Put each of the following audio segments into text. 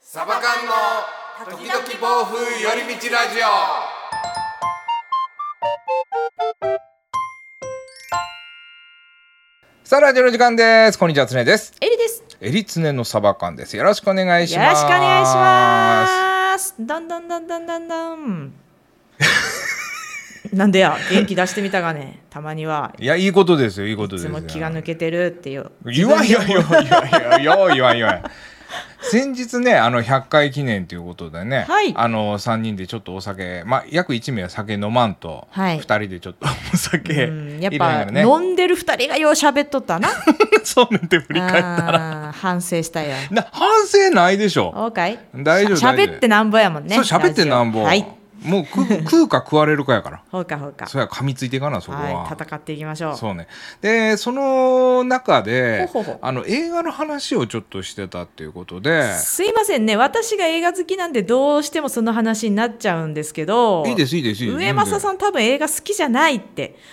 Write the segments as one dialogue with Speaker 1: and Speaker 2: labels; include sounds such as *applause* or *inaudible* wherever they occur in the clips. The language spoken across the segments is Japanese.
Speaker 1: サバ缶の時々暴風寄り道ラジオさあラジオの時間ですこんにちはつねです
Speaker 2: エリです。
Speaker 1: えりつねのサバ缶ですよろしくお願いし
Speaker 2: よ
Speaker 1: ます
Speaker 2: ろしくお願いします。どんどんどんどんどんど
Speaker 1: *laughs*
Speaker 2: ん。なんでや、元気出してみたがね、たまには。
Speaker 1: いやいいことですよいいこと
Speaker 2: い
Speaker 1: です
Speaker 2: つ
Speaker 1: よ
Speaker 2: も気が抜けてるっていう。
Speaker 1: 言わんよ言わんよ言わんよ言わんよ言わんよ先日ねあの100回記念ということでね、
Speaker 2: はい
Speaker 1: あの3人でちょっとお酒、まあ、約1名は酒飲まんと、
Speaker 2: は
Speaker 1: 二
Speaker 2: い
Speaker 1: 2人でちょっと *laughs* お酒
Speaker 2: うん、やっ
Speaker 1: 入れなが
Speaker 2: ぱ、
Speaker 1: らね
Speaker 2: 飲んでる二人がよう喋っとったな。
Speaker 1: そうなんて振り返ったら
Speaker 2: あー反省したよ。
Speaker 1: な反省ないでしょ、
Speaker 2: オーかい
Speaker 1: 大丈夫
Speaker 2: しゃ
Speaker 1: 大丈夫
Speaker 2: 喋ってなんぼやもんね。
Speaker 1: そう喋ってなんぼ、
Speaker 2: ラジオはい。
Speaker 1: もう
Speaker 2: *laughs*
Speaker 1: 食う食うか食われるかやから
Speaker 2: ほうかほうか。
Speaker 1: そりゃ噛みついていかなそこは、
Speaker 2: はい、戦っていきましょう。
Speaker 1: そうねでその中で
Speaker 2: ほうほうほう
Speaker 1: あの映画の話をちょっとしてたっていうことです
Speaker 2: いませんね私が映画好きなんでどうしてもその話になっちゃうんですけど
Speaker 1: いいですいいですいいです
Speaker 2: 上政さん多分映画好きじゃないって
Speaker 1: *laughs*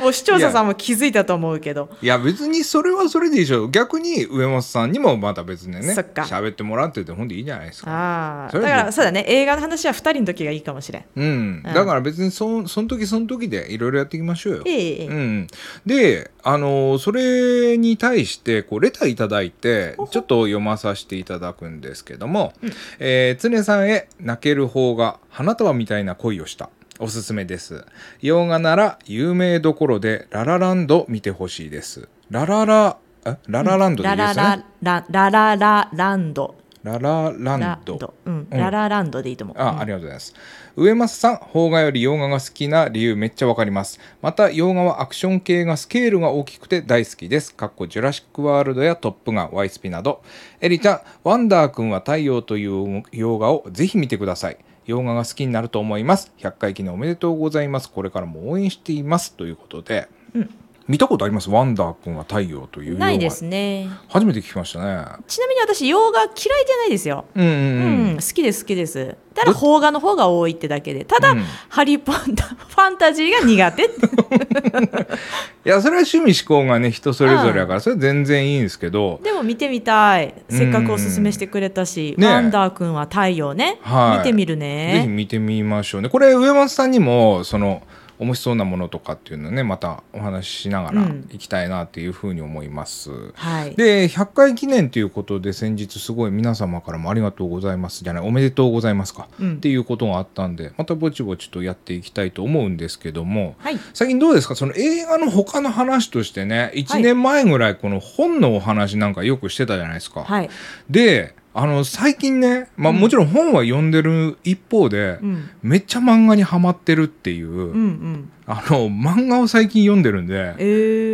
Speaker 2: もう視聴者さんも気づいたと思うけど
Speaker 1: いや別にそれはそれでいいでしょ逆に上松さんにもまた別でね
Speaker 2: そっか
Speaker 1: 喋ってもらっててほんでいいじゃないですか
Speaker 2: ああ
Speaker 1: そ
Speaker 2: だ
Speaker 1: れ
Speaker 2: か
Speaker 1: で
Speaker 2: らそうだね映画の話は2人の時がいいかもしれん
Speaker 1: うんだから別にそその時その時でいろいろやっていきましょうよ、
Speaker 2: ええええ
Speaker 1: うん、で、あのーそれに対してこうレターいただいてちょっと読まさせていただくんですけども「えー常、さんへ泣ける方が花束みたいな恋をした」おすすめです洋画なら有名どころで「ララランド」見てほしいです「ラララ」えララランドで
Speaker 2: ラ
Speaker 1: いいで
Speaker 2: ラ
Speaker 1: すよ
Speaker 2: ラ
Speaker 1: ね。
Speaker 2: ララララランド
Speaker 1: ララランド。
Speaker 2: うん
Speaker 1: うん
Speaker 2: ララランドでいいと思う
Speaker 1: あありがとうございます。上松さん、邦画より洋画が好きな理由めっちゃわかります。また、洋画はアクション系がスケールが大きくて大好きです。かっこジュラシック・ワールドやトップガン、ワイスピなど。エリちゃん、ワンダー君は太陽という洋画をぜひ見てください。洋画が好きになると思います。100回記念おめでとうございます。これからも応援しています。ということで、見たことありますワンダー君は太陽という洋画。
Speaker 2: ないですね
Speaker 1: 初めて聞きましたね。
Speaker 2: ちなみに私洋画嫌いじゃないですよ
Speaker 1: うんう
Speaker 2: う
Speaker 1: んうん。
Speaker 2: ん、好きです好きですただ邦画の方が多いってだけでただ、
Speaker 1: うん
Speaker 2: ハリー・ポッターファンタジーが苦手って
Speaker 1: いやそれは趣味思考がね人それぞれやからそれは全然いいんですけど
Speaker 2: でも見てみたいせっかくおすすめしてくれたし、
Speaker 1: ねえ
Speaker 2: ワンダー君は太陽ね、
Speaker 1: はい
Speaker 2: 見てみる
Speaker 1: ぜひ
Speaker 2: ね
Speaker 1: 見てみましょうねこれ上松さんにもその面白そうなものとかっていうのねまたお話ししなが
Speaker 2: う
Speaker 1: ら
Speaker 2: ん
Speaker 1: いきたいなっていうふうに思います、
Speaker 2: はい
Speaker 1: で100回記念ということで先日すごい皆様からもありがとうございますじゃないおめでとうございますか、
Speaker 2: うん
Speaker 1: っていうことがあったんでまたぼちぼちとやっていきたいと思うんですけども、
Speaker 2: はい
Speaker 1: 最近どうですかその映画の他の話としてね
Speaker 2: は
Speaker 1: 1
Speaker 2: い
Speaker 1: 年前ぐらいこの本のお話なんかよくしてたじゃないですか、
Speaker 2: はい、
Speaker 1: であの最近ね、まあ、
Speaker 2: うん
Speaker 1: もちろん本は読んでる一方で、
Speaker 2: うん、
Speaker 1: めっちゃ漫画にはまってるっていう、
Speaker 2: うんうん
Speaker 1: あの漫画を最近読んでるんで
Speaker 2: え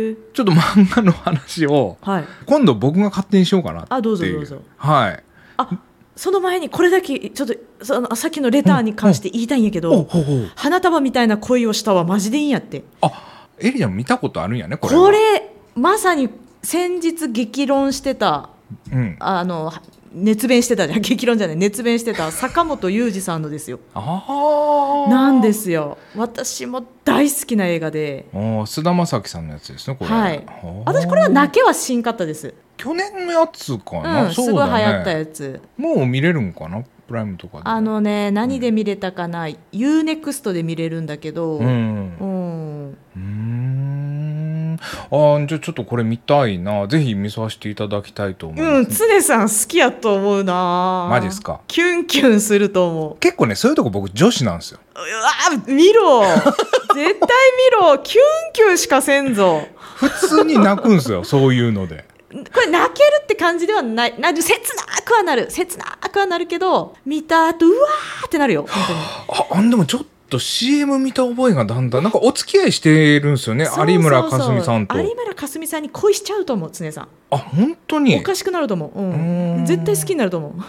Speaker 2: ー、
Speaker 1: ちょっと漫画の話を
Speaker 2: はい
Speaker 1: 今度僕が勝手にしようかなっていう
Speaker 2: あどうぞどうぞ
Speaker 1: はい
Speaker 2: あその前にこれだけちょっとそのさっきのレターに関して言いたいんやけど、
Speaker 1: おほうほう
Speaker 2: 花束みたいな恋をしたはマジでいいんやって
Speaker 1: あエリちゃん見たことあるんやねこれは
Speaker 2: これまさに先日激論してた
Speaker 1: うん、
Speaker 2: あの熱弁してたじゃん激論じゃない熱弁してた坂本雄二さんのですよ
Speaker 1: ああ
Speaker 2: なんですすよ私も大好きな映画で
Speaker 1: 菅田将暉さんのやつですねこれ
Speaker 2: はい
Speaker 1: あー
Speaker 2: 私これは泣けはしんかったです、
Speaker 1: 去年のやつか
Speaker 2: う
Speaker 1: な、
Speaker 2: ん、
Speaker 1: そう
Speaker 2: すごい
Speaker 1: だ
Speaker 2: 流
Speaker 1: ね
Speaker 2: 行ったやつ
Speaker 1: もう見れるんかなプライムとかで
Speaker 2: あのね何で見れたかな UNEXT で見れるんだけど
Speaker 1: う
Speaker 2: うん、
Speaker 1: んうーんあーじゃあちょっとこれ見たいなぜひ見させていただきたいと思います、
Speaker 2: うん、常さん好きやと思うな
Speaker 1: マジっすか
Speaker 2: キュンキュンすると思う
Speaker 1: 結構ねそういうとこ僕女子なんですよ
Speaker 2: うわー見
Speaker 1: *laughs*
Speaker 2: ろ絶対見ろキュンキュンしかせんぞ
Speaker 1: 普通に泣くん *laughs* ですよそういうので
Speaker 2: これ泣けるって感じではないな切なくはなる切なくはなるけど見た後うわーってなるよ本当に
Speaker 1: ああでもちょっと CM 見た覚えがだんだんなんかお付き合いしてるんですよね
Speaker 2: そうそうそう
Speaker 1: 有村架純さんと
Speaker 2: 有村架純さんに恋しちゃうと思う常さん
Speaker 1: あ本当
Speaker 2: お
Speaker 1: に
Speaker 2: かしくなると思う,、う
Speaker 1: うー
Speaker 2: ん、
Speaker 1: ん
Speaker 2: 絶対好きになると思う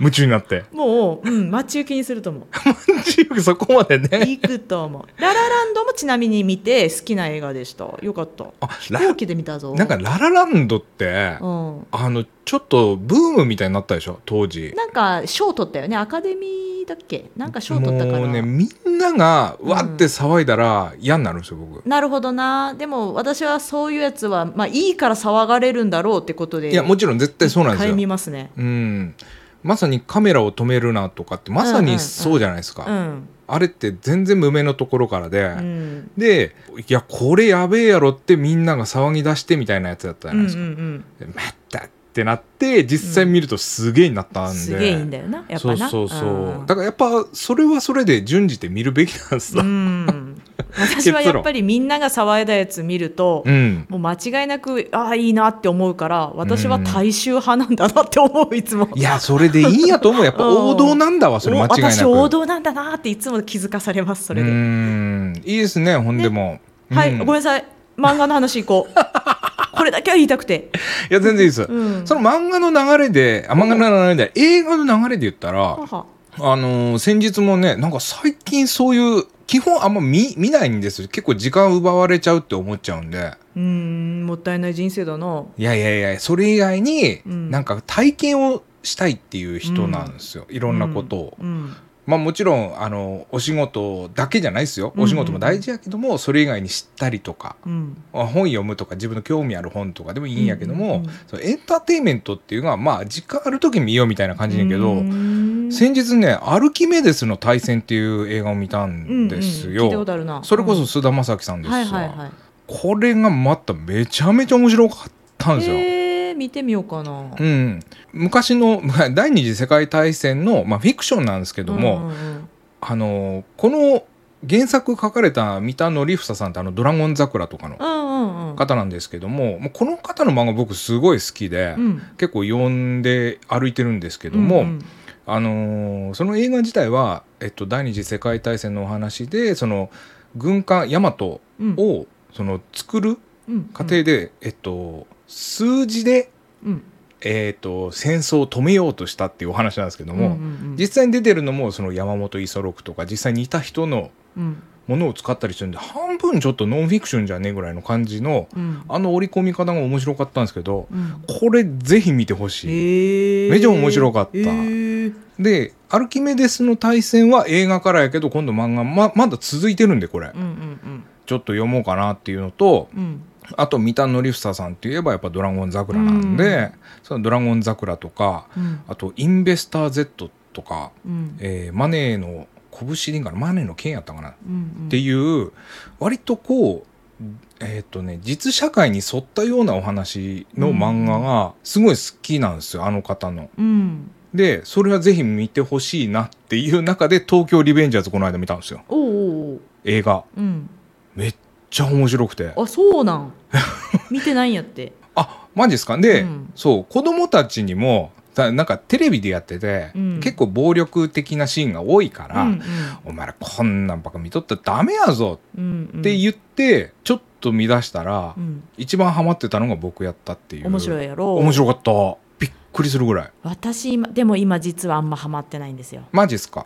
Speaker 1: 夢中にな *laughs* って
Speaker 2: もう、うん、待ち受けにすると
Speaker 1: *laughs*
Speaker 2: 思う
Speaker 1: そこまでね
Speaker 2: 行くと思うララランドもちなみに見て好きな映画でしたよかった
Speaker 1: あ
Speaker 2: 飛
Speaker 1: ラ
Speaker 2: 行機で見たぞ
Speaker 1: なんかララランドって
Speaker 2: うん、
Speaker 1: あのちょっとブームみたいになったでしょ当時
Speaker 2: なんか賞取ったよねアカデミーだっけなんか賞取ったから
Speaker 1: もうねみんながわって騒いだら嫌になるんですよ僕、
Speaker 2: なるほどなでも私はそういうやつは、まあ、いいから騒がれるんだろうってことで
Speaker 1: いやもちろん絶対そうなんです
Speaker 2: 一回見
Speaker 1: よ、
Speaker 2: ますね
Speaker 1: うん、まさにカメラを止めるなとかってまさにそうじゃないですか、
Speaker 2: うん、
Speaker 1: あれって全然無名のところからで、
Speaker 2: うん、
Speaker 1: でいやこれやべえやろってみんなが騒ぎ出してみたいなやつだったじゃ
Speaker 2: う
Speaker 1: なん
Speaker 2: ん
Speaker 1: いうですか、
Speaker 2: うん
Speaker 1: で待ったってなって実際見るとすげえになったんで、
Speaker 2: すげえいいんだよなやっぱ
Speaker 1: そう
Speaker 2: な
Speaker 1: そうそう、
Speaker 2: ん
Speaker 1: だからやっぱそれはそれで順次で見るべきなんです
Speaker 2: う
Speaker 1: だ
Speaker 2: ん、私はやっぱりみんなが騒いだやつ見ると、
Speaker 1: うん
Speaker 2: もう間違いなくああいいなって思うから私は大衆派なんだなって思ういつも
Speaker 1: いやそれでいいんやと思うやっぱ王道なんだわそれ間違いなく
Speaker 2: お私王道なんだなっていつも気づかされますそれ
Speaker 1: う
Speaker 2: で、
Speaker 1: んいいですねほんでも、
Speaker 2: はい、
Speaker 1: うん
Speaker 2: ごめんなさい漫画の話いこう
Speaker 1: *laughs*
Speaker 2: これだけは言いたくて、
Speaker 1: いや全然いいです、
Speaker 2: うん、
Speaker 1: その漫画の流れであ漫画の流れで映画の流れで言ったら、
Speaker 2: はは
Speaker 1: あのー先日もねなんか最近そういう基本あんま見見ないんですよ結構時間奪われちゃうって思っちゃうんで
Speaker 2: うーんもったいない人生だない
Speaker 1: やいやいやそれ以外に、
Speaker 2: うん
Speaker 1: なんか体験をしたいっていう人なんですよ、い
Speaker 2: い
Speaker 1: ろんなことを、
Speaker 2: うん
Speaker 1: まあもちろんあのお仕事だけじゃないですよお仕事も大事やけども、それ以外に知ったりとか
Speaker 2: うん
Speaker 1: あ本読むとか自分の興味ある本とかでもいいんやけども、
Speaker 2: うんうんうん
Speaker 1: そのエンターテインメントっていうのはまあ時間ある時見ようみたいな感じやけど、
Speaker 2: うーん
Speaker 1: 先日ね「アルキメデスの対戦」っていう映画を見たんです
Speaker 2: うんうん聞
Speaker 1: よ、
Speaker 2: いたことあるな
Speaker 1: それこそ
Speaker 2: うん
Speaker 1: 菅田将暉さんですわ、
Speaker 2: はいはいはい
Speaker 1: これがまためちゃめちゃ面白かったんですよ、
Speaker 2: えー、見てみようかな。
Speaker 1: うん、昔のまあ第二次世界大戦の、まあ、フィクションなんですけども、
Speaker 2: うんうん
Speaker 1: あのこの原作書かれた三田紀房さんってあの「ドラゴン桜」とかの
Speaker 2: うんうん
Speaker 1: 方なんですけども、もうこの方の漫画僕すごい好きで、
Speaker 2: うん、
Speaker 1: 結構読んで歩いてるんですけども、
Speaker 2: うんうん
Speaker 1: あのーその映画自体は、えっと、第二次世界大戦のお話でその軍艦ヤマト
Speaker 2: うん
Speaker 1: をその作る
Speaker 2: うん
Speaker 1: 過程で、えっと、数字で、
Speaker 2: うん
Speaker 1: えっと、戦争を止めようとしたっていうお話なんですけども、
Speaker 2: うんうん
Speaker 1: 実際に出てるのもその山本五十六とか実際にいた人の
Speaker 2: うん
Speaker 1: ものを使ったりするんで半分ちょっとノンフィクションじゃねえぐらいの感じの
Speaker 2: うん
Speaker 1: あの織り込み方が面白かったんですけど
Speaker 2: うん
Speaker 1: これぜひ見てほしい。
Speaker 2: えー
Speaker 1: めちゃ面白かった
Speaker 2: えー
Speaker 1: でアルキメデスの対戦は映画からやけど今度漫画ままだ続いてるんでこれ
Speaker 2: うんうん
Speaker 1: ちょっと読もうかなっていうのと
Speaker 2: うんうん
Speaker 1: あと三田紀房さんっていえばやっぱ「ドラゴン桜」なんで、
Speaker 2: うん
Speaker 1: その「ドラゴン桜」とか
Speaker 2: うん
Speaker 1: あと「インベスター Z」とか、
Speaker 2: うん
Speaker 1: えーマネーの拳でいいんかなマネーの剣やったかなっ
Speaker 2: うん
Speaker 1: ていう割とこうえーっとね実社会に沿ったようなお話の漫画がすごい好きなんですよあの方の。
Speaker 2: うん
Speaker 1: でそれはぜひ見てほしいなっていう中で「東京リベンジャーズ」この間見たんですよ
Speaker 2: おうおうおう
Speaker 1: 映画
Speaker 2: うん
Speaker 1: めっちゃ面白くて
Speaker 2: あそうなん
Speaker 1: *laughs*
Speaker 2: 見てないんやって
Speaker 1: あマジですかで、
Speaker 2: うん
Speaker 1: そう子供たちにもさなんかテレビでやってて、
Speaker 2: うん
Speaker 1: 結構暴力的なシーンが多いから「
Speaker 2: うん
Speaker 1: お前らこんなんばっか見とったらダメやぞ」
Speaker 2: うんうん
Speaker 1: って言って、ちょっと見出したら、
Speaker 2: うん
Speaker 1: 一番ハマってたのが僕やったっていう
Speaker 2: 面白いやろ
Speaker 1: 面白かったびっくりするぐらい
Speaker 2: 私今でも今実はあんまハマってないんですよ
Speaker 1: マジですか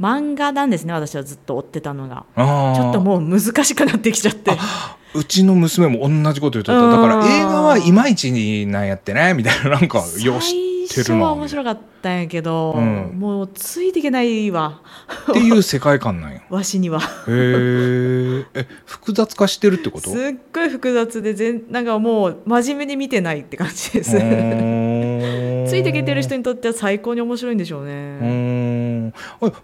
Speaker 2: 漫画なんですね私はずっと追ってたのが
Speaker 1: あー
Speaker 2: ちょっともう難しくなってきちゃって
Speaker 1: うちの娘も同じこと言って
Speaker 2: う
Speaker 1: た。
Speaker 2: ん
Speaker 1: だから映画はいまいちになんやってねみたいな、なんか、よ
Speaker 2: 最
Speaker 1: し知って
Speaker 2: 初
Speaker 1: るな
Speaker 2: は面白かったんやけど、
Speaker 1: うん
Speaker 2: もうついていけないわ
Speaker 1: っていう世界観
Speaker 2: *laughs*
Speaker 1: なんよ。へ
Speaker 2: わしには
Speaker 1: え。え、複雑化してるってこと
Speaker 2: すっごい複雑で全なんかもう真面目に見てないって感じです *laughs* つ
Speaker 1: つ
Speaker 2: いていけてる人にとっては最高に面白いんでしょう
Speaker 1: うー
Speaker 2: ね
Speaker 1: ん。あ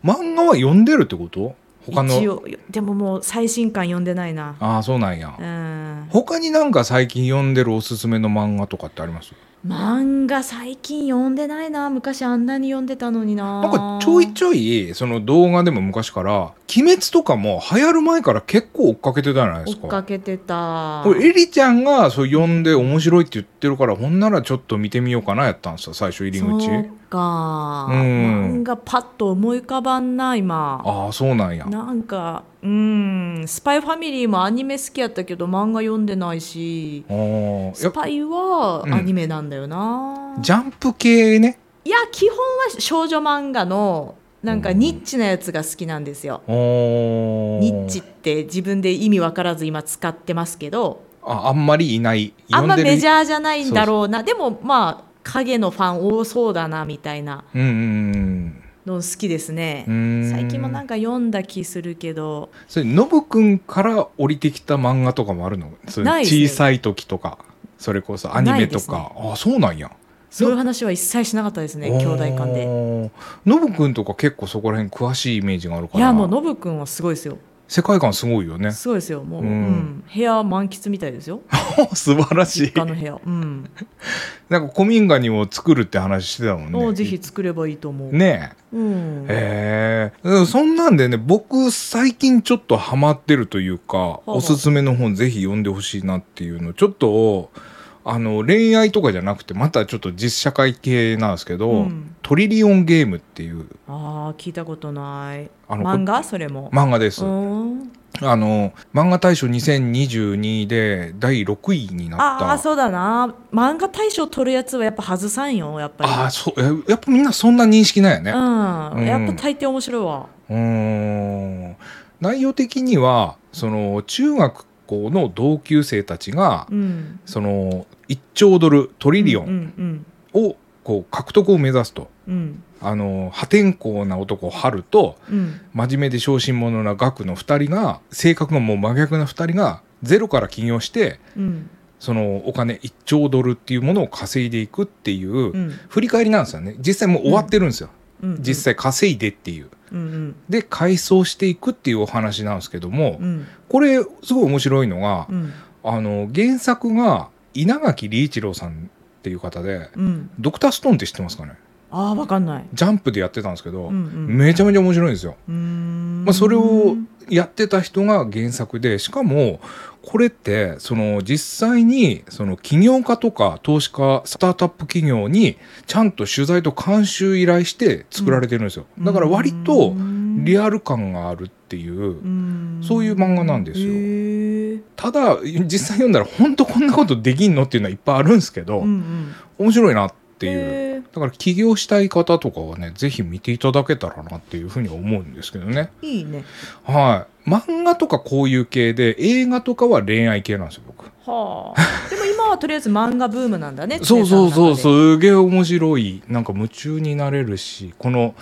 Speaker 1: 漫画は読んでるってこと他
Speaker 2: 一
Speaker 1: の。
Speaker 2: 応でももう最新刊読んでないな
Speaker 1: ああ、そうなんや
Speaker 2: う。ん
Speaker 1: 他になんか最近読んでるおすすめの漫画とかってあります
Speaker 2: 漫画最近読んでないな昔あんなに読んでたのにな
Speaker 1: なんかちょいちょいその動画でも昔から「鬼滅」とかも流行る前から結構追っかけてたじゃないです
Speaker 2: 追
Speaker 1: か
Speaker 2: っかけてた
Speaker 1: これエリちゃんがそう読んで面白いって言ってるからほんならちょっと見てみようかなやったんですよ最初入り口
Speaker 2: そうか、
Speaker 1: うん
Speaker 2: 漫画パッと思い浮かばんな今
Speaker 1: ああそうなんや
Speaker 2: なんかうんスパイファミリーもアニメ好きやったけど漫画読んでないし
Speaker 1: あー
Speaker 2: ス
Speaker 1: やっぱ
Speaker 2: パイは
Speaker 1: うん
Speaker 2: アニメなんだよな、
Speaker 1: ジャンプ系ね
Speaker 2: いや基本は少女漫画のなんかニッチなやつが好きなんですよ、
Speaker 1: おー
Speaker 2: ニッチって自分で意味わからず今使ってますけど
Speaker 1: ああんまりいない
Speaker 2: あんまメジ
Speaker 1: ー
Speaker 2: ャーじゃないんだろうなでもまあ影のファン多そうだなみたいな
Speaker 1: うんうん
Speaker 2: の好きですね
Speaker 1: うんうーん
Speaker 2: 最近もなんか読んだ気するけど
Speaker 1: それノブくんから降りてきた漫画とかもあるのそれ
Speaker 2: ないですね
Speaker 1: 小さい時とかそれこそアニメと
Speaker 2: な
Speaker 1: か、あそうなんや
Speaker 2: そういう話は一切しなかったですね兄弟間で
Speaker 1: でノブくんとか結構そこら辺詳しいイメージがあるか
Speaker 2: い
Speaker 1: ら
Speaker 2: やもうノブくんはすごいですよ
Speaker 1: 世界観すごいよね
Speaker 2: すごいですよもう、
Speaker 1: う
Speaker 2: うんん部屋満喫みたいですよ
Speaker 1: *laughs* 素晴らしい
Speaker 2: 実家の部屋うん
Speaker 1: なんか古民家にも作るって話してたもん
Speaker 2: も
Speaker 1: ね
Speaker 2: うぜひ作ればいいと思う、
Speaker 1: ねえ
Speaker 2: うん、
Speaker 1: へえうんそんなんでね僕最近ちょっとハマってるというか
Speaker 2: あはあ
Speaker 1: おすすめの本ぜひ読んでほしいなっていうのちょっとあの恋愛とかじゃなくてまたちょっと実社会系なんですけど「
Speaker 2: うん
Speaker 1: トリリオンゲーム」っていう
Speaker 2: ああ聞いたことない
Speaker 1: あの
Speaker 2: 漫画それも、
Speaker 1: 漫画です、
Speaker 2: うーん
Speaker 1: あの漫画大賞2022で第6位になっ
Speaker 2: あ
Speaker 1: た
Speaker 2: あそうだな漫画大賞取るやつはやっぱ外さんよやっぱり
Speaker 1: ああそうややっぱみんなそんな認識なんやね
Speaker 2: うん、
Speaker 1: うん
Speaker 2: やっぱ大抵面白いわ
Speaker 1: うーん内容的にはその中学校の同級生たちが
Speaker 2: うん
Speaker 1: その1兆ドルトリリオ
Speaker 2: う
Speaker 1: ン
Speaker 2: ん
Speaker 1: をこう獲得を目指すと
Speaker 2: うんうん
Speaker 1: あの破天荒な男ハルと
Speaker 2: うん
Speaker 1: 真面目で小心者なガクの2人が性格がもう真逆な2人がゼロから起業して
Speaker 2: うん
Speaker 1: そのお金1兆ドルっていうものを稼いでいくっていう、
Speaker 2: うん
Speaker 1: 振り返りなんですよね実際もう終わってるんですよ、
Speaker 2: うん
Speaker 1: 実際稼いでっていう
Speaker 2: うん
Speaker 1: で改装していくっていうお話なんですけども、
Speaker 2: うんうん
Speaker 1: これすごい面白いのが、
Speaker 2: うん
Speaker 1: あの原作が稲垣理一郎さんっていう方で
Speaker 2: うん
Speaker 1: ドクターストーンって知ってますかね
Speaker 2: ああわかんない
Speaker 1: ジャンプでやってたんですけど、
Speaker 2: うんうん
Speaker 1: めちゃめちゃ面白いんですよ。
Speaker 2: うーん
Speaker 1: まあ、それをやってた人が原作でしかもこれってその実際にその起業家とか投資家スタートアップ企業にちゃんと取材と監修依頼して作られてるんですよ。だから割とリアル感があるっていう
Speaker 2: うん
Speaker 1: そういう漫画なんですよ
Speaker 2: へー
Speaker 1: ただ実際読んだら本当こんなことできんのっていうのはいっぱいあるんですけど、
Speaker 2: うんうんっ
Speaker 1: 面白いなっていう
Speaker 2: いう
Speaker 1: だから起業したい方とかはねぜひ見ていただけたらなっていうふうに思うんですけどね
Speaker 2: いいね
Speaker 1: はい漫画とかこういう系で映画とかは恋愛系なんですよ僕
Speaker 2: は
Speaker 1: *laughs*
Speaker 2: あでも今はとりあえず漫画ブームなんだね
Speaker 1: そうそうそう
Speaker 2: う
Speaker 1: すげえ面白いなんか夢中になれるしこの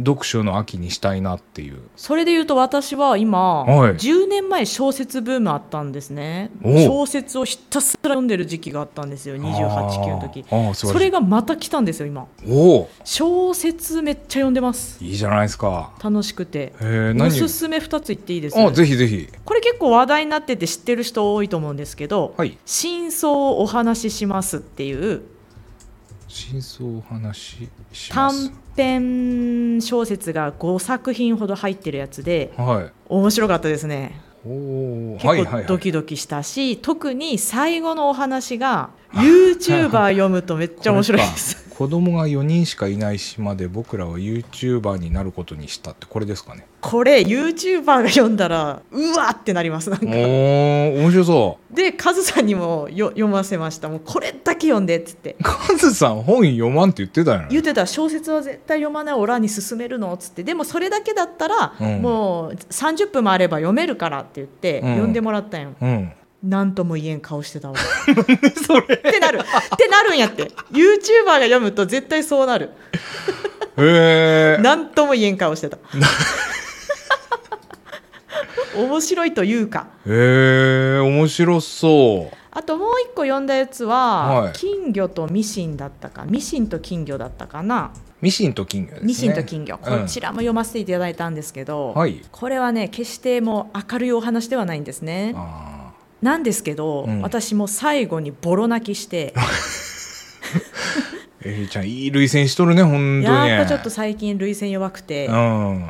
Speaker 1: 読書の秋にしたいなっていう
Speaker 2: それで言うと私は今、
Speaker 1: はい
Speaker 2: 10年前小説ブームあったんですね
Speaker 1: おう
Speaker 2: 小説をひたすら読んでる時期があったんですよ28 9の時
Speaker 1: あーあー
Speaker 2: そ
Speaker 1: 素晴らし
Speaker 2: れ
Speaker 1: い
Speaker 2: がまた来たんですよ今
Speaker 1: おお
Speaker 2: 小説めっちゃ読んでます
Speaker 1: いいじゃないですか
Speaker 2: 楽しくて
Speaker 1: へえ
Speaker 2: お
Speaker 1: 何
Speaker 2: すすめ2つ言っていいです
Speaker 1: あぜひぜひ
Speaker 2: これ結構話題になってて知ってる人多いと思うんですけど
Speaker 1: はい
Speaker 2: 「真相をお話しします」っていう
Speaker 1: 真相をお話ししま
Speaker 2: 短
Speaker 1: す
Speaker 2: 編小説が5作品ほど入ってるやつで
Speaker 1: はい
Speaker 2: 面白かったですね
Speaker 1: おおはい
Speaker 2: 結
Speaker 1: は
Speaker 2: 構
Speaker 1: いは
Speaker 2: ド
Speaker 1: い
Speaker 2: キドキしたし、特に最後のお話が YouTuber 読むとめっちゃ面白いです。
Speaker 1: これか子供が4人しかいない島で僕らは YouTuber になることにしたってこれですかね
Speaker 2: これ YouTuber が読んだらうわってなりますなん
Speaker 1: お
Speaker 2: か
Speaker 1: お面白そ
Speaker 2: でカズさんにもよ読ませましたもうこれだけ読んでっつって
Speaker 1: うカズさん本読まんって言ってたよ
Speaker 2: 言
Speaker 1: ね
Speaker 2: ってた小説は絶対読まないオラに勧めるのっつってでもそれだけだったら、
Speaker 1: うん
Speaker 2: もう30分もあれば読めるからって言って、
Speaker 1: うん
Speaker 2: 読んでもらったんよ
Speaker 1: うん
Speaker 2: なんとも言えん顔してたわっ
Speaker 1: それ
Speaker 2: てなるってなるんやって YouTuber が読むと絶対そうなる
Speaker 1: へえ
Speaker 2: なんとも言えん顔してた *laughs* 面白いというか
Speaker 1: へえ面白そう
Speaker 2: あともう一個読んだやつは、
Speaker 1: はい
Speaker 2: 金魚とミシンだったかミシンと金魚だったかな、
Speaker 1: ミシンと金魚ですね
Speaker 2: ミシンと金魚
Speaker 1: うん
Speaker 2: こちらも読ませていただいたんですけど、
Speaker 1: はい
Speaker 2: これはね決してもう明るいお話ではないんですね
Speaker 1: あ
Speaker 2: なんですけど、
Speaker 1: うん
Speaker 2: 私も最後にボロ泣きして
Speaker 1: *laughs* ーえー、ちゃんいい類線しとるね本当に
Speaker 2: やっぱちょっと最近涙腺弱くて、
Speaker 1: うん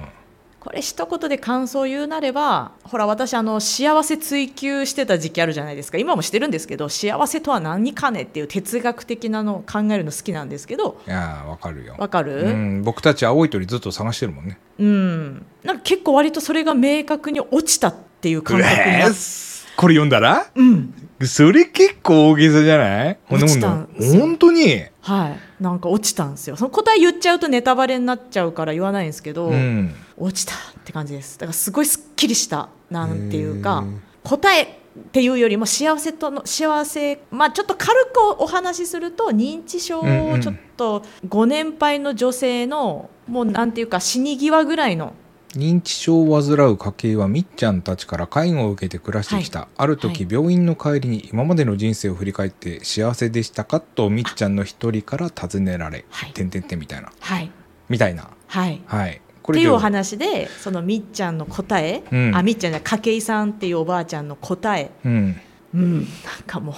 Speaker 2: これ一言で感想を言うなればほら私あの幸せ追求してた時期あるじゃないですか今もしてるんですけど幸せとは何かねっていう哲学的なのを考えるの好きなんですけど
Speaker 1: いやーわかるよ
Speaker 2: わか
Speaker 1: う
Speaker 2: る
Speaker 1: ん、僕たち青い鳥ずっと探してるもんね
Speaker 2: うん、なんか結構割とそれが明確に落ちたっていう感覚にな
Speaker 1: うえ
Speaker 2: っ
Speaker 1: ーこれ読んだら
Speaker 2: うん
Speaker 1: それ結構大げさじゃないこんなもんだ
Speaker 2: 落ちたんすよ
Speaker 1: 本当に
Speaker 2: はいなんか落ちたんですよその答え言っちゃうとネタバレになっちゃうから言わないんですけど、
Speaker 1: うん
Speaker 2: 落ちたって感じですだからすごいすっきりしたなんていう
Speaker 1: へ
Speaker 2: か
Speaker 1: ー
Speaker 2: 答えっていうよりも幸せとの幸せまあちょっと軽くお話しすると認知症
Speaker 1: うんう
Speaker 2: を
Speaker 1: ん
Speaker 2: ちょっとご年配の女性のもうなんていうか死に際ぐらいの
Speaker 1: 認知症を患う家計はみっちゃんたちから介護を受けて暮らしてきた、ある時、
Speaker 2: は
Speaker 1: 病院の帰りに今までの人生を振り返って幸せでしたかとみっちゃんの一人から尋ねられ
Speaker 2: はい
Speaker 1: 「てんてんてん」みたいな
Speaker 2: はい
Speaker 1: みたいな
Speaker 2: はい
Speaker 1: はい
Speaker 2: っ
Speaker 1: こ
Speaker 2: て
Speaker 1: で
Speaker 2: いうお話でそのみっちゃんの答え、
Speaker 1: うん
Speaker 2: あみっちゃんじゃない筧さんっていうおばあちゃんの答え
Speaker 1: うん
Speaker 2: うんなんかもう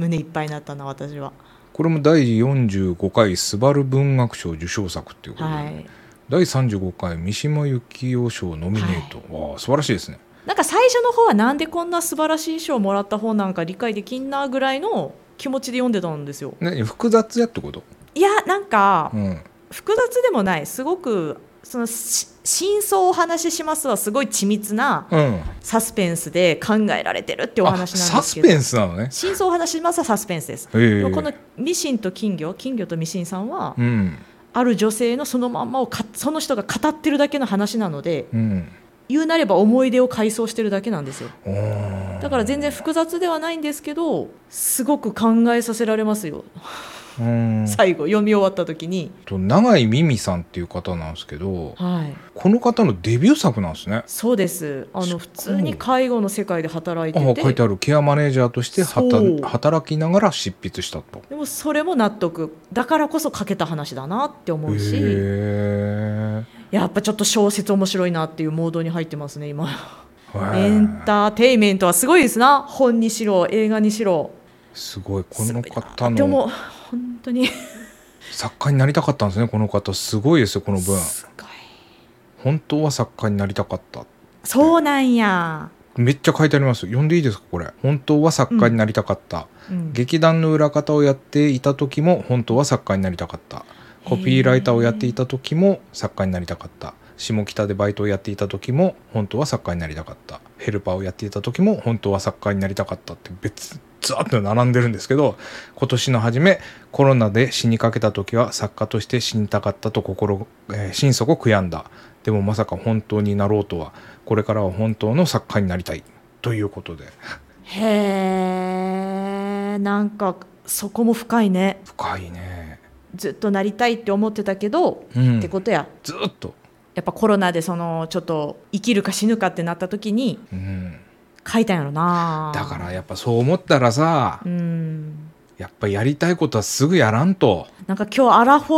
Speaker 2: 胸いっぱいになったな私は
Speaker 1: これも第45回スバル文学賞受賞作っていうことで、
Speaker 2: はい
Speaker 1: 第35回三島由紀夫賞ノミネート、わあ素晴らしいですね
Speaker 2: なんか最初の方はなんでこんな素晴らしい賞をもらった方なんか理解できんなぐらいの気持ちで読んでたんですよ
Speaker 1: ね複雑やってこと、
Speaker 2: いやなんか
Speaker 1: うん、
Speaker 2: 複雑でもないすごくそのし真相をお話ししますはすごい緻密な
Speaker 1: うん、
Speaker 2: サスペンスで考えられてるっていうお話なん
Speaker 1: あサ
Speaker 2: です
Speaker 1: ス
Speaker 2: けど
Speaker 1: ペンスなのね
Speaker 2: 真相をお話ししますはサスペンスです、
Speaker 1: へえ
Speaker 2: でもこのミシンと金魚金魚とミシンさんは
Speaker 1: うん
Speaker 2: ある女性のそのまんまをかその人が語ってるだけの話なので
Speaker 1: うん
Speaker 2: 言うなれば思い出を回想してるだけなんですよ
Speaker 1: おー
Speaker 2: だから全然複雑ではないんですけどすごく考えさせられますよ、
Speaker 1: うん
Speaker 2: 最後読み終わった時に、
Speaker 1: と永井美美さんっていう方なんですけど
Speaker 2: はい、
Speaker 1: この方のデビュー作なんですね
Speaker 2: そうですあ
Speaker 1: すご
Speaker 2: の
Speaker 1: い
Speaker 2: 普通に介護の世界で働い
Speaker 1: あ
Speaker 2: て
Speaker 1: 書い
Speaker 2: て
Speaker 1: てあるケアマネージャーとして
Speaker 2: そう
Speaker 1: 働働きながら執筆したと
Speaker 2: でもそれも納得だからこそ書けた話だなって思う
Speaker 1: へ
Speaker 2: し
Speaker 1: え
Speaker 2: やっぱちょっと小説面白いなっていうモードに入ってますね今エンターテインメントはすごいですな本にしろ映画にしろ
Speaker 1: すごいこの方
Speaker 2: で
Speaker 1: の
Speaker 2: も本当に
Speaker 1: 作家になりたかったんですねこの方すごいですよこの文
Speaker 2: すごい
Speaker 1: 本当は作家になりたかった
Speaker 2: そうなんや、
Speaker 1: めっちゃ書いてあります読んでいいですかこれ本当は作家になりたかった、
Speaker 2: うん
Speaker 1: 劇団の裏方をやっていた時も本当は作家になりたかったコピーライターをやっていた時も作家になりたかった下北でバイトをやっていた時も本当は作家になりたかったヘルパーをやっていた時も本当は作家になりたかったって別ずーっと並んでるんですけど今年の初めコロナで死にかけた時は作家として死にたかったと心、えー心底悔やんだでもまさか本当になろうとはこれからは本当の作家になりたいということで
Speaker 2: へえなんかそこも深いね
Speaker 1: 深いね
Speaker 2: ずっとなりたいって思ってたけど、
Speaker 1: うん
Speaker 2: ってことや
Speaker 1: ずーっと
Speaker 2: やっぱコロナでそのちょっと生きるか死ぬかってなった時に
Speaker 1: うん
Speaker 2: 書いたんやろな
Speaker 1: だからやっぱそう思ったらさ、
Speaker 2: うん
Speaker 1: やっぱやりたいことはすぐやらんと
Speaker 2: なんか今日アラフォ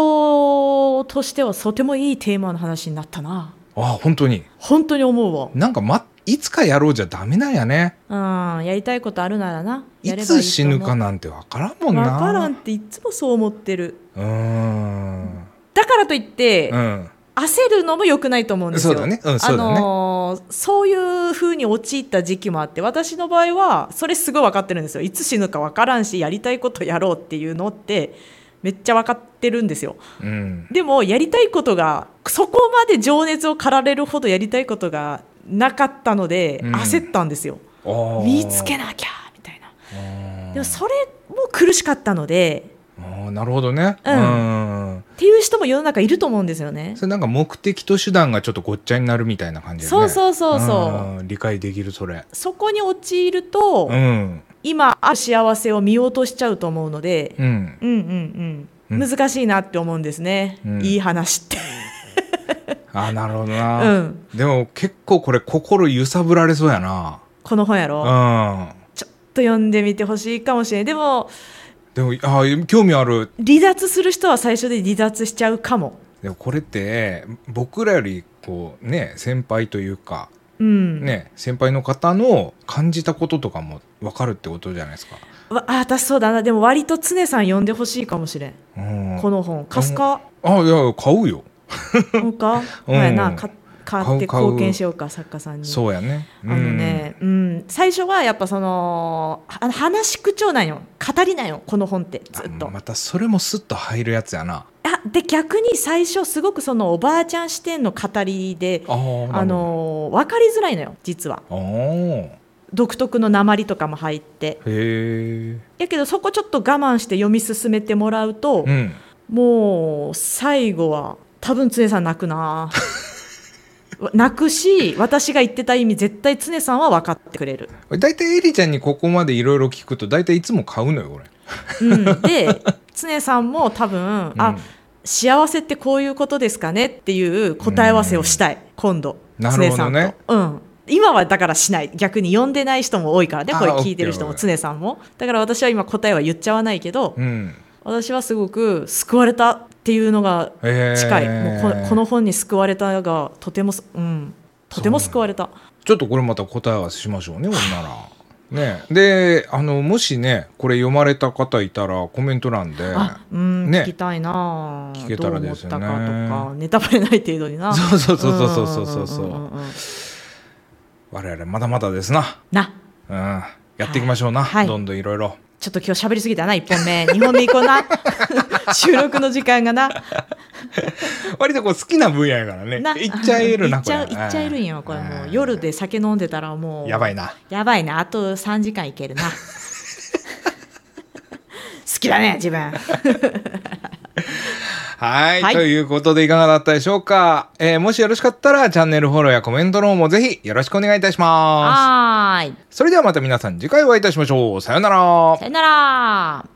Speaker 2: ーとしてはとてもいいテーマの話になったな
Speaker 1: あ本当に
Speaker 2: 本当に思う
Speaker 1: なんか、ま、いつかやろうじゃダメなんやね
Speaker 2: わうんやりたいことあるならなやれ
Speaker 1: い
Speaker 2: ばいいと思う
Speaker 1: つ死ぬかなんてわからんもんな
Speaker 2: わからんっていつもそう思ってる
Speaker 1: うーん
Speaker 2: だからといって、
Speaker 1: うん
Speaker 2: 焦るのも良くないと思うんですよ。
Speaker 1: そうだねうんそうだね
Speaker 2: あのーそういう風に陥った時期もあって、私の場合は、それすごい分かってるんですよ。いつ死ぬか分からんし、やりたいことやろうっていうのって、めっちゃ分かってるんですよ。
Speaker 1: うん
Speaker 2: でも、やりたいことが、そこまで情熱を駆られるほどやりたいことがなかったので、
Speaker 1: うん
Speaker 2: 焦ったんですよ。
Speaker 1: あー
Speaker 2: 見つけなきゃみたいな。
Speaker 1: あー
Speaker 2: でも、それも苦しかったので、
Speaker 1: あーなるほどねう
Speaker 2: うん
Speaker 1: ん
Speaker 2: っていう人も世の中いると思うんですよね。
Speaker 1: それなんか目的と手段がちょっとごっちゃになるみたいな感じだ
Speaker 2: そ
Speaker 1: ね
Speaker 2: うそうそうそう。
Speaker 1: うん理解できるそれ
Speaker 2: そこに陥ると、
Speaker 1: うん
Speaker 2: 今ある幸せを見落としちゃうと思うので、
Speaker 1: うん
Speaker 2: うん、うんう
Speaker 1: うん
Speaker 2: ん難しいなって思うんですね、
Speaker 1: うん
Speaker 2: いい話って
Speaker 1: あーなるほど
Speaker 2: う
Speaker 1: な、
Speaker 2: ん
Speaker 1: でも結構これ心揺さぶられそうやな
Speaker 2: この本やろ、
Speaker 1: うん
Speaker 2: ちょっと読んでみてほしいかもしれないでも
Speaker 1: でもあー興味ある
Speaker 2: 離脱する人は最初で離脱しちゃうかも
Speaker 1: でもこれって僕らよりこうね先輩というか
Speaker 2: うん、
Speaker 1: ね先輩の方の感じたこととかも分かるってことじゃないですか。
Speaker 2: わあ私そうだなでも割と常さん読んでほしいかもしれん、
Speaker 1: うん、
Speaker 2: この本貸すか、
Speaker 1: あいや買うよ、
Speaker 2: 本か、
Speaker 1: うん
Speaker 2: ほやなか買って
Speaker 1: 買う買う
Speaker 2: 貢献しようか作家さんに
Speaker 1: そうやね。
Speaker 2: あのね、うん最初はやっぱそのあ話し口調なんよ語りなんよこの本って
Speaker 1: うん
Speaker 2: ずっ
Speaker 1: あ
Speaker 2: と
Speaker 1: またそれもスッと入るやつやな。
Speaker 2: あで逆に最初すごくそのおばあちゃん視点の語りで
Speaker 1: あー
Speaker 2: あの分かりづらいのよ実は
Speaker 1: なるほど
Speaker 2: 独特の鉛とかも入って
Speaker 1: へえ
Speaker 2: やけどそこちょっと我慢して読み進めてもらうと、
Speaker 1: うん
Speaker 2: もう最後は多分常さん泣くな *laughs* 泣くし私が言ってた意味絶対常さんは分かってくれる、
Speaker 1: 大体エリちゃんにここまでいろいろ聞くと大体いつも買うのよ俺
Speaker 2: うん、で常さんも多分、あ幸せってこういうことですかねっていう答え合わせをしたい今度
Speaker 1: なるほ
Speaker 2: 常さ
Speaker 1: ど
Speaker 2: ん
Speaker 1: ね
Speaker 2: と、うん、今はだからしない逆に呼んでない人も多いからね
Speaker 1: あー
Speaker 2: これ聞いてる人
Speaker 1: オ
Speaker 2: も
Speaker 1: ッケ
Speaker 2: 常さんもだから私は今答えは言っちゃわないけど、
Speaker 1: うん
Speaker 2: 私はすごく救われたっていうのが
Speaker 1: へー
Speaker 2: 近い、もうここの本に救われたがとてもす、うん、とても救われた
Speaker 1: ちょっとこれまた答え合わせしましょうね、ほんなら。ね、であのもしねこれ読まれた方いたらコメント欄で
Speaker 2: あうん、
Speaker 1: ね
Speaker 2: 聞きたいな
Speaker 1: 聞けたらですよね
Speaker 2: どう思ったかとかネタバレない程度にな
Speaker 1: そうそうそうそうそうそうそうん
Speaker 2: んんんん
Speaker 1: 我々まだまだですな、
Speaker 2: な
Speaker 1: うん、やっていきましょうな、
Speaker 2: はい
Speaker 1: どんどんいろいろ
Speaker 2: ちょっと今日喋りすぎたな1本目2本目行こうな *laughs* 収録の時間がな
Speaker 1: 割とこう好きな分野やからね
Speaker 2: ない
Speaker 1: っちゃえるな
Speaker 2: っちゃう
Speaker 1: これ
Speaker 2: いっちゃえるんよこれも
Speaker 1: う
Speaker 2: うん夜で酒飲んでたらもう
Speaker 1: やばいな
Speaker 2: やばいな、あと3時間い
Speaker 1: *laughs*
Speaker 2: けるな。好きだね、自分。
Speaker 1: はい
Speaker 2: はい
Speaker 1: ということでいかがだったでしょうか、えーもしよろしかったらチャンネルフォローやコメントの方もぜひよろしくお願いいたしま
Speaker 2: はーい。
Speaker 1: すそれではまた皆さん次回お会いいたしましょうさようなら
Speaker 2: さよなら。